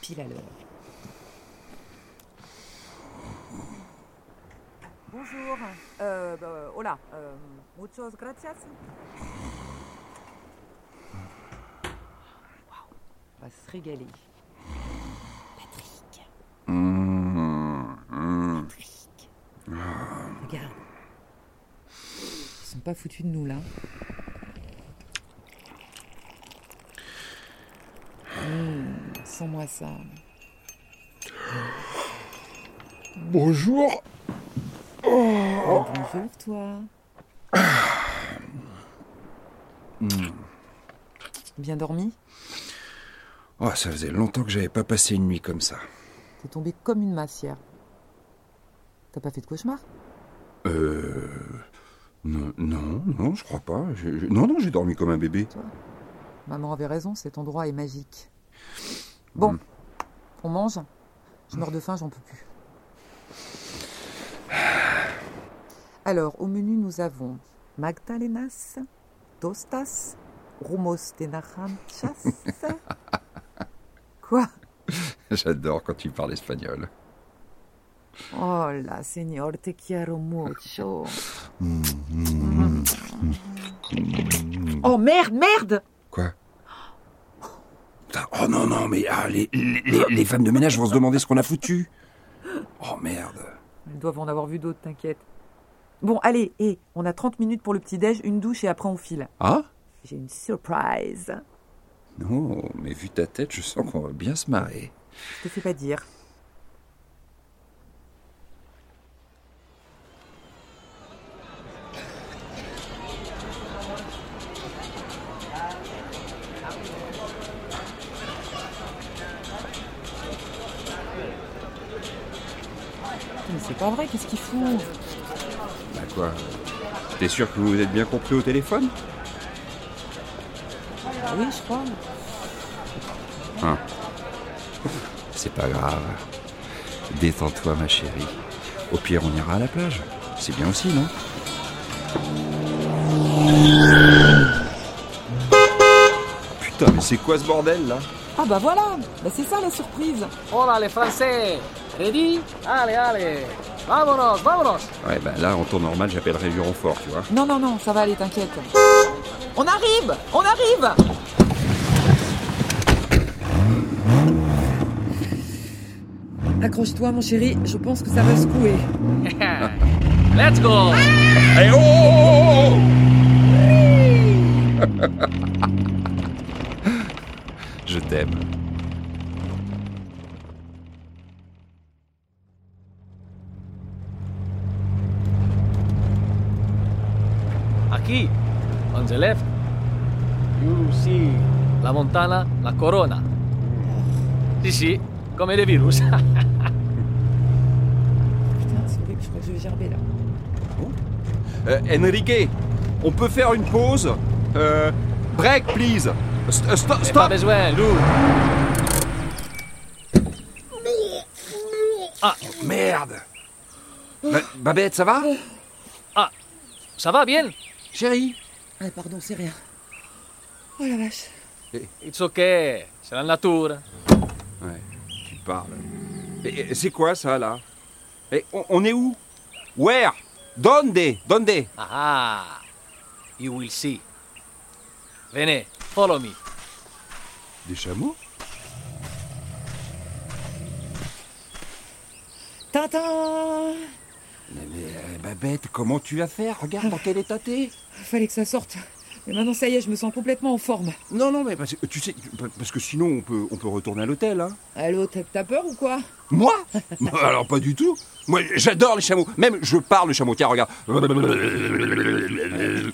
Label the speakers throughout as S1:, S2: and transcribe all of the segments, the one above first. S1: pile à l'heure.
S2: Bonjour. Euh, bah, hola. Euh, muchos gracias.
S1: On va se régaler.
S3: Patrick,
S4: Mmh.
S3: Patrick.
S1: Regarde. Ils sont pas foutus de nous là. Mmh, Sens-moi ça.
S4: Bonjour.
S1: Bonjour toi. Bien dormi
S4: Oh, ça faisait longtemps que j'avais pas passé une nuit comme ça.
S1: T'es tombé comme une massière. T'as pas fait de cauchemar
S4: Euh. Non, non, non, je crois pas. Je- je- Non, non, j'ai dormi comme un bébé.
S1: Maman avait raison, cet endroit est magique. Bon,
S4: Mm.
S1: on mange. Je meurs de faim, j'en peux plus. Alors, au menu, nous avons Magdalenas, Tostas, Rumos de Naranchas. Quoi
S4: J'adore quand tu parles espagnol.
S1: Oh là, Seigneur, te quiero mucho. Oh merde, merde
S4: Quoi Putain, Oh non, non, mais ah, les, les- les- les femmes de ménage vont se demander ce qu'on a foutu. Oh merde.
S1: Ils doivent en avoir vu d'autres, t'inquiète. Bon, allez, hé, on a 30 minutes pour le petit-déj, une douche et après on file.
S4: Ah
S1: J'ai une surprise.
S4: Non, mais vu ta tête, je sens qu'on va bien se marrer.
S1: Je te fais pas dire. Mais c'est pas vrai, qu'est-ce qu'il fout
S4: Bah quoi T'es sûr que vous vous êtes bien compris au téléphone
S1: Bah Oui, je crois.
S4: C'est pas grave. Détends-toi, ma chérie. Au pire, on ira à la plage. C'est bien aussi, non Putain, mais c'est quoi ce bordel là
S1: Ah bah voilà Bah c'est ça la surprise
S5: Hola, les Français. Ready? Allez, allez. Vámonos, vámonos.
S4: Ouais, bah là, en temps normal, j'appellerais du renfort, tu vois.
S1: Non, non, non, ça va aller, t'inquiète. On arrive On arrive Accroche-toi, mon chéri, je pense que ça va secouer.
S5: Let's go.
S4: Eh oh, oh, oh, oh Je t'aime.
S5: Aquí, on the left, you see la montana, la corona. Si, si, come le virus.
S1: Putain, c'est horrible, je crois que je vais gerber là.
S4: Euh, Enrique, on peut faire une pause Euh, Break, please St- euh, sto-
S5: Pas
S4: Stop
S5: besoin, Lou.
S4: Ah, Merde Ba- Babette, ça va
S5: Ça va bien?
S4: Chérie
S1: Ah, pardon, c'est rien. Oh la vache.
S5: It's okay. C'est la nature.
S4: Ouais, tu parles. Et- et C'est quoi ça, là Et on, on est où Where Donde Donde
S5: Ah, you will see. Venez, follow me.
S4: Des chameaux
S1: Tintin
S4: mais, mais, euh, Babette, comment tu vas faire Regarde dans quel état t'es
S1: Fallait que ça sorte. Mais maintenant, ça y est, je me sens complètement en forme.
S4: Non, non, mais parce, que- tu sais, tu- parce que sinon on peut, on peut retourner à l'hôtel. Hein.
S1: Allô, t'as- t'as peur ou quoi
S4: Moi Bah, Alors pas du tout. Moi j'adore les chameaux. Même je parle le chameau. Tiens, regarde.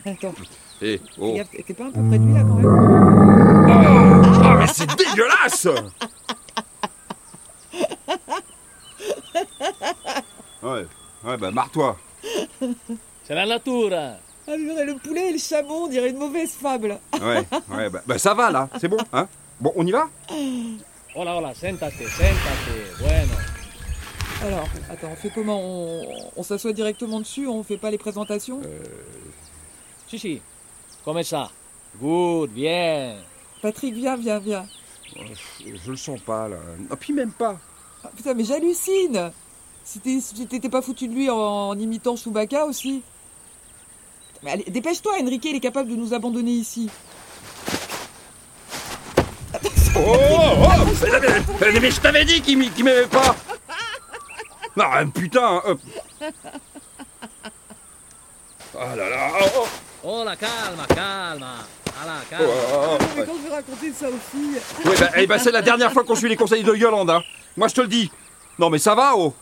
S1: Attends,
S4: Eh, oh.
S1: regarde, t'es pas un peu près de lui là quand même
S4: Ah mais c'est dégueulasse Ouais, ouais bah marre-toi.
S5: C'est la nature.
S1: Ah purée, le poulet et le chameau, on dirait une mauvaise fable.
S4: Ouais, ouais, bah, bah, ça va là, c'est bon, hein Bon, on y va
S5: Hola, hola, séntate, séntate. Bueno.
S1: Alors, attends, on fait comment On, on s'assoit directement dessus, on fait pas les présentations
S5: Si, si. Comme ça. Good, bien.
S1: Patrick, viens, viens, viens.
S4: Euh, Je, je le sens pas, là. Non, puis même pas.
S1: Ah, putain, mais j'hallucine Si t'es- si t'étais pas foutu de lui en, en imitant Chewbacca aussi. Mais allez, dépêche-toi, Enrique, il est capable de nous abandonner ici.
S4: Oh, oh mais, non, mais- Euh, mais- mais je t'avais dit qu'il m'y- qu'il m'aimait pas Non, ah, putain hop. Ah là là oh, oh,
S5: Hola, calma, calma. Hola,
S4: oh,
S5: calma.
S4: oh,
S1: Ah,
S4: oh.
S2: quand je vais raconter ça aux filles.
S4: Oui, bah, eh ben, c'est la dernière fois qu'on suit les conseils de Yolande, hein. Moi, je te le dis Non, mais ça va, oh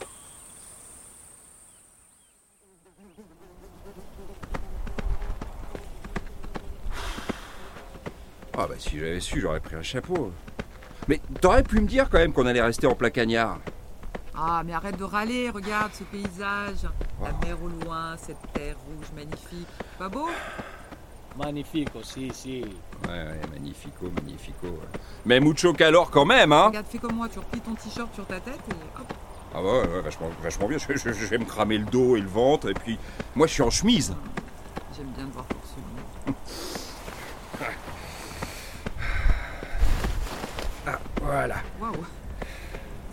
S4: Ah bah si j'avais su, j'aurais pris un chapeau. Mais t'aurais pu me dire quand même qu'on allait rester en plein cagnard.
S1: Ah, mais arrête de râler, regarde ce paysage.
S2: Ah.
S1: La mer au loin, cette terre rouge magnifique. Pas beau
S5: Magnifico, si, si.
S4: Ouais, ouais, magnifico, magnifico. ouais. Mais mucho calor quand même,
S2: Ah.
S4: hein
S1: Regarde, fais comme moi, tu replis ton t-shirt sur ta tête et hop.
S4: Ah ouais, ouais, vachement, vachement bien. Je, je- je vais me cramer le dos et le ventre, et puis moi je suis en chemise.
S1: J'aime bien te voir pour ce moment.
S4: Voilà.
S1: Waouh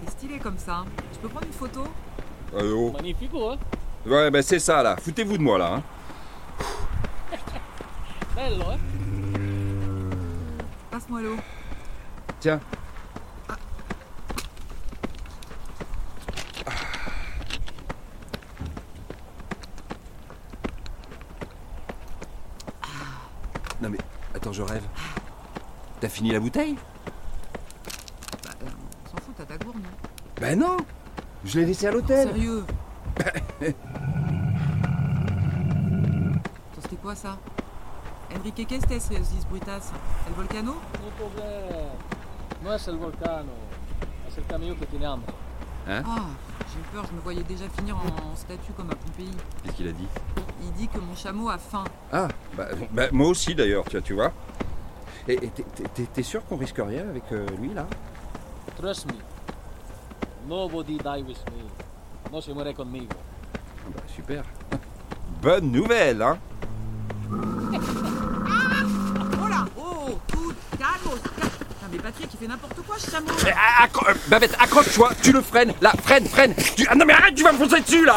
S1: C'est stylé comme ça. hein. Je peux prendre une photo
S4: Euh, oh.
S5: Magnifico, ¿eh? hein?
S4: Ouais, bah c'est ça là. Foutez-vous de moi là. hein.
S5: Bello, hein?
S1: Passe-moi l'eau.
S4: Tiens. Ah. Non mais attends, je rêve. T'as fini la bouteille
S1: Bah, euh, on s'en fout, t'as ta gourde. hein. non
S4: Ben non. Je l'ai laissée à l'hôtel.
S1: Sérieux Attends, C'était quoi ça Enrique, qu'est-ce que c'est ce brutas El volcano
S5: Non può ver. No es el volcano. Es el camino que tiene hambre.
S1: Ah, j'ai eu peur, je me voyais déjà finir en, en statue comme à Pompéi.
S4: Qu'est-ce qu'il a dit
S1: Il dit que mon chameau a faim.
S4: Ah, bah, bah, moi aussi d'ailleurs, tu vois, tu vois. Et et t'es- t'es- t'es- t'es sûr qu'on risque rien avec euh, lui là
S5: Trust me. Nobody die with me. No se muere conmigo.
S4: Ah bah, Super. Bonne nouvelle, hein
S1: Oh là Oh Tout calme Putain, mais Patrick, il fait n'importe quoi, ce chameau
S4: Mais, ah, accro- euh, Babette, accroche-toi, tu le freines, là, freine, freine. Tu- Ah non mais arrête, tu vas me foncer dessus là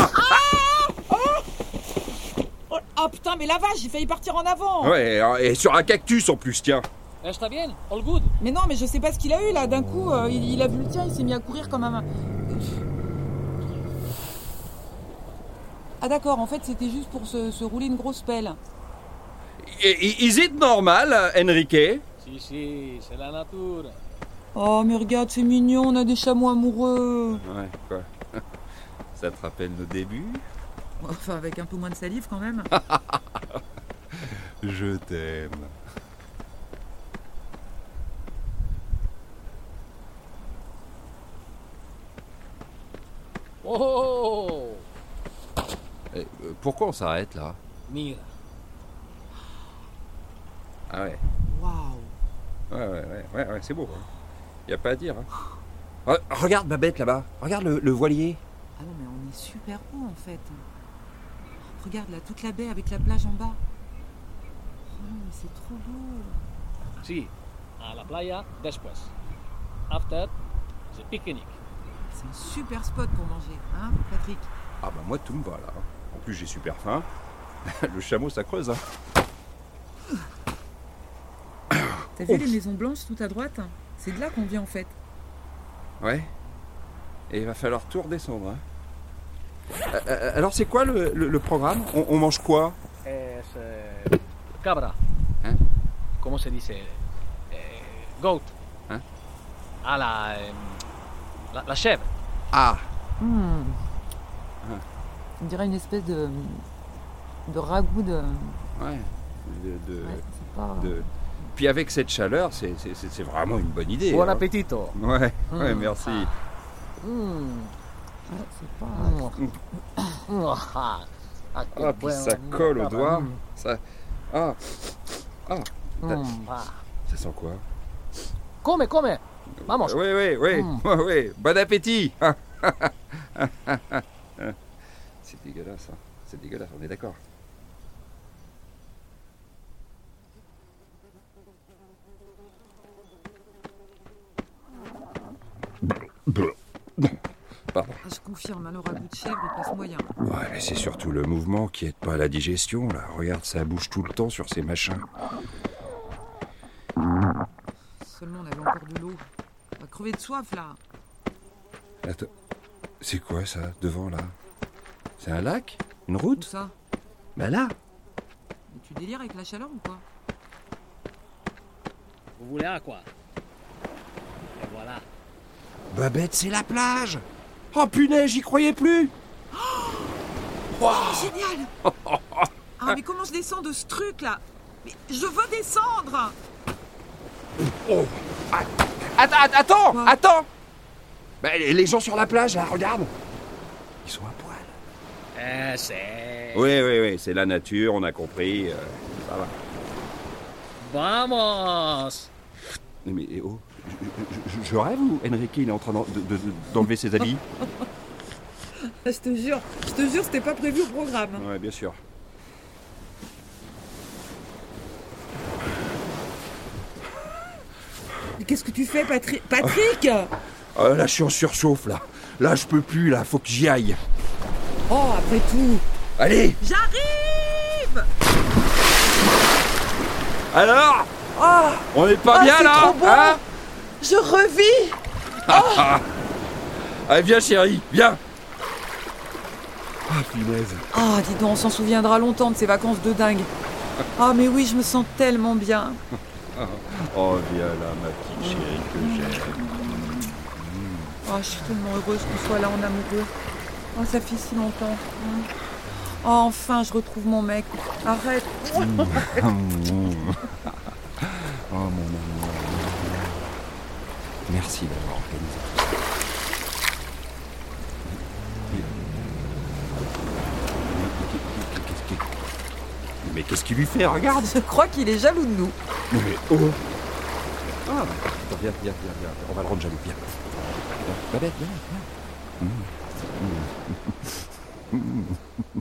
S1: Oh, oh, putain, mais la vache, j'ai failli partir en avant
S4: Ouais, et sur un cactus en plus, tiens.
S5: Está bien, all good.
S1: Mais non, mais je sais pas ce qu'il a eu là. D'un coup, euh, il, il a vu le tien, il s'est mis à courir comme un. Ah d'accord, en fait c'était juste pour se, se rouler une grosse pelle.
S4: I- i- Is it normal, euh, Enrique
S5: Si, si, c'est la nature.
S1: Oh mais regarde, c'est mignon, on a des chameaux amoureux.
S4: Ouais, quoi. Ça te rappelle nos débuts
S1: Enfin avec un peu moins de salive quand même.
S4: Je t'aime.
S5: Oh!
S4: Euh, pourquoi on s'arrête là
S5: Mira.
S4: Ah ouais,
S1: Waouh.
S4: ouais, ouais, ouais, ouais, ouais, c'est beau. Il Y a pas à dire. hein. Re- regarde Babette là-bas, regarde le, le voilier.
S1: Ah non mais on est super haut en fait. Regarde là toute la baie avec la plage en bas. Oh, mais c'est trop beau.
S5: Si, a la playa después. After, the picnic.
S1: C'est un super spot pour manger, hein Patrick
S4: Ah bah moi tout me va là. En plus j'ai super faim. le chameau ça creuse. Hein.
S1: T'as
S4: vu les
S1: maisons blanches tout à droite C'est de là qu'on vient en fait.
S4: Ouais. Et il va falloir tout redescendre. hein. Euh, euh, alors c'est quoi le, le- le programme on, on mange quoi
S5: Es. eh, Cabra.
S4: Hein?
S5: ¿Cómo se dice? Eh, goat.
S4: Hein?
S5: Ah, la, eh, la. La chèvre.
S4: Ah
S1: On dirait une espèce de, de ragoût de.
S4: Ouais. De, de-
S1: Ouais, c'est pas-
S4: de- Puis avec cette chaleur, c'est- c'est c'est- c'est vraiment une bonne idée.
S5: Bon
S4: hein.
S5: appetito.
S4: Ouais, ouais,
S5: Mm.
S4: merci.
S5: Mm.
S1: ouais, c'est pas-
S5: Ah,
S4: Ah, puis ça colle au doigt.
S5: Mmh.
S4: Ça... Ah, ça sent quoi
S5: Mm, ah. Come, come. Vamos.
S4: Oui, oui, oui.
S5: Mm.
S4: Ouais, ouais. Bon appétit C'est dégueulasse, hein. c'est dégueulasse, on est d'accord.
S1: Je confirme, alors à bout de chèvre, il passe moyen.
S4: Ouais, mais c'est surtout le mouvement qui aide pas à la digestion, là. Regarde, ça bouge tout le temps sur ces machins.
S1: Seulement, on avait encore de l'eau. On va crever de soif, là.
S4: Attends. C'est quoi ça, devant là C'est un lac Une
S1: Où
S4: route
S1: ça
S4: Bah là
S1: Mais tu délires avec la chaleur ou quoi
S5: Vous voulez un quoi Et voilà.
S4: Babette, c'est la plage Oh punaise, j'y croyais plus
S1: Génial Ah, mais comment je descends de ce truc, là Mais je veux descendre
S4: Oh Att- att- Attends
S1: Quoi
S4: Attends Bah, les les gens sur la plage, là, regarde Ils sont à poil.
S5: Eh, c'est.
S4: Oui, oui, oui, c'est la nature, on a compris. euh, ça va.
S5: Vamos
S4: Mais eh, oh, je, je- je- je rêve ou Enrique, il est en train d'en- de- de- de- d'enlever ses habits
S1: Je te jure, je te jure, c'était pas prévu au programme.
S4: Oh. Ouais, bien sûr.
S1: Mais qu'est-ce que tu fais, Patrick Patrick
S4: Ah, là, je suis en surchauffe, là. Là, je peux plus, là, faut que j'y aille.
S1: Oh, après tout
S4: Allez
S1: J'arrive
S4: Alors
S1: Oh,
S4: On est pas
S1: Ah,
S4: bien,
S1: c'est
S4: là
S1: trop beau
S4: hein
S1: je revis
S4: Allez, viens, chérie, viens Ah, punaise
S1: Ah, dis donc, on s'en souviendra longtemps de ces vacances de dingue. Ah, mais oui, je me sens tellement bien.
S4: Oh, viens là, ma petite chérie que j'aime.
S1: Ah, je suis tellement heureuse qu'on soit là en amoureux. Oh, ça fait si longtemps. Oh, enfin, je retrouve mon mec. Arrête.
S4: Oh, mon amour. Merci d'avoir organisé tout ça. Qu'est-ce qu'il- Mais qu'est-ce qu'il lui fait, regarde
S1: Je crois qu'il est jaloux de nous.
S4: Mais oh Ah Attends, viens, viens, viens, viens, on va le rendre jaloux, viens. Viens, Babette, viens, viens.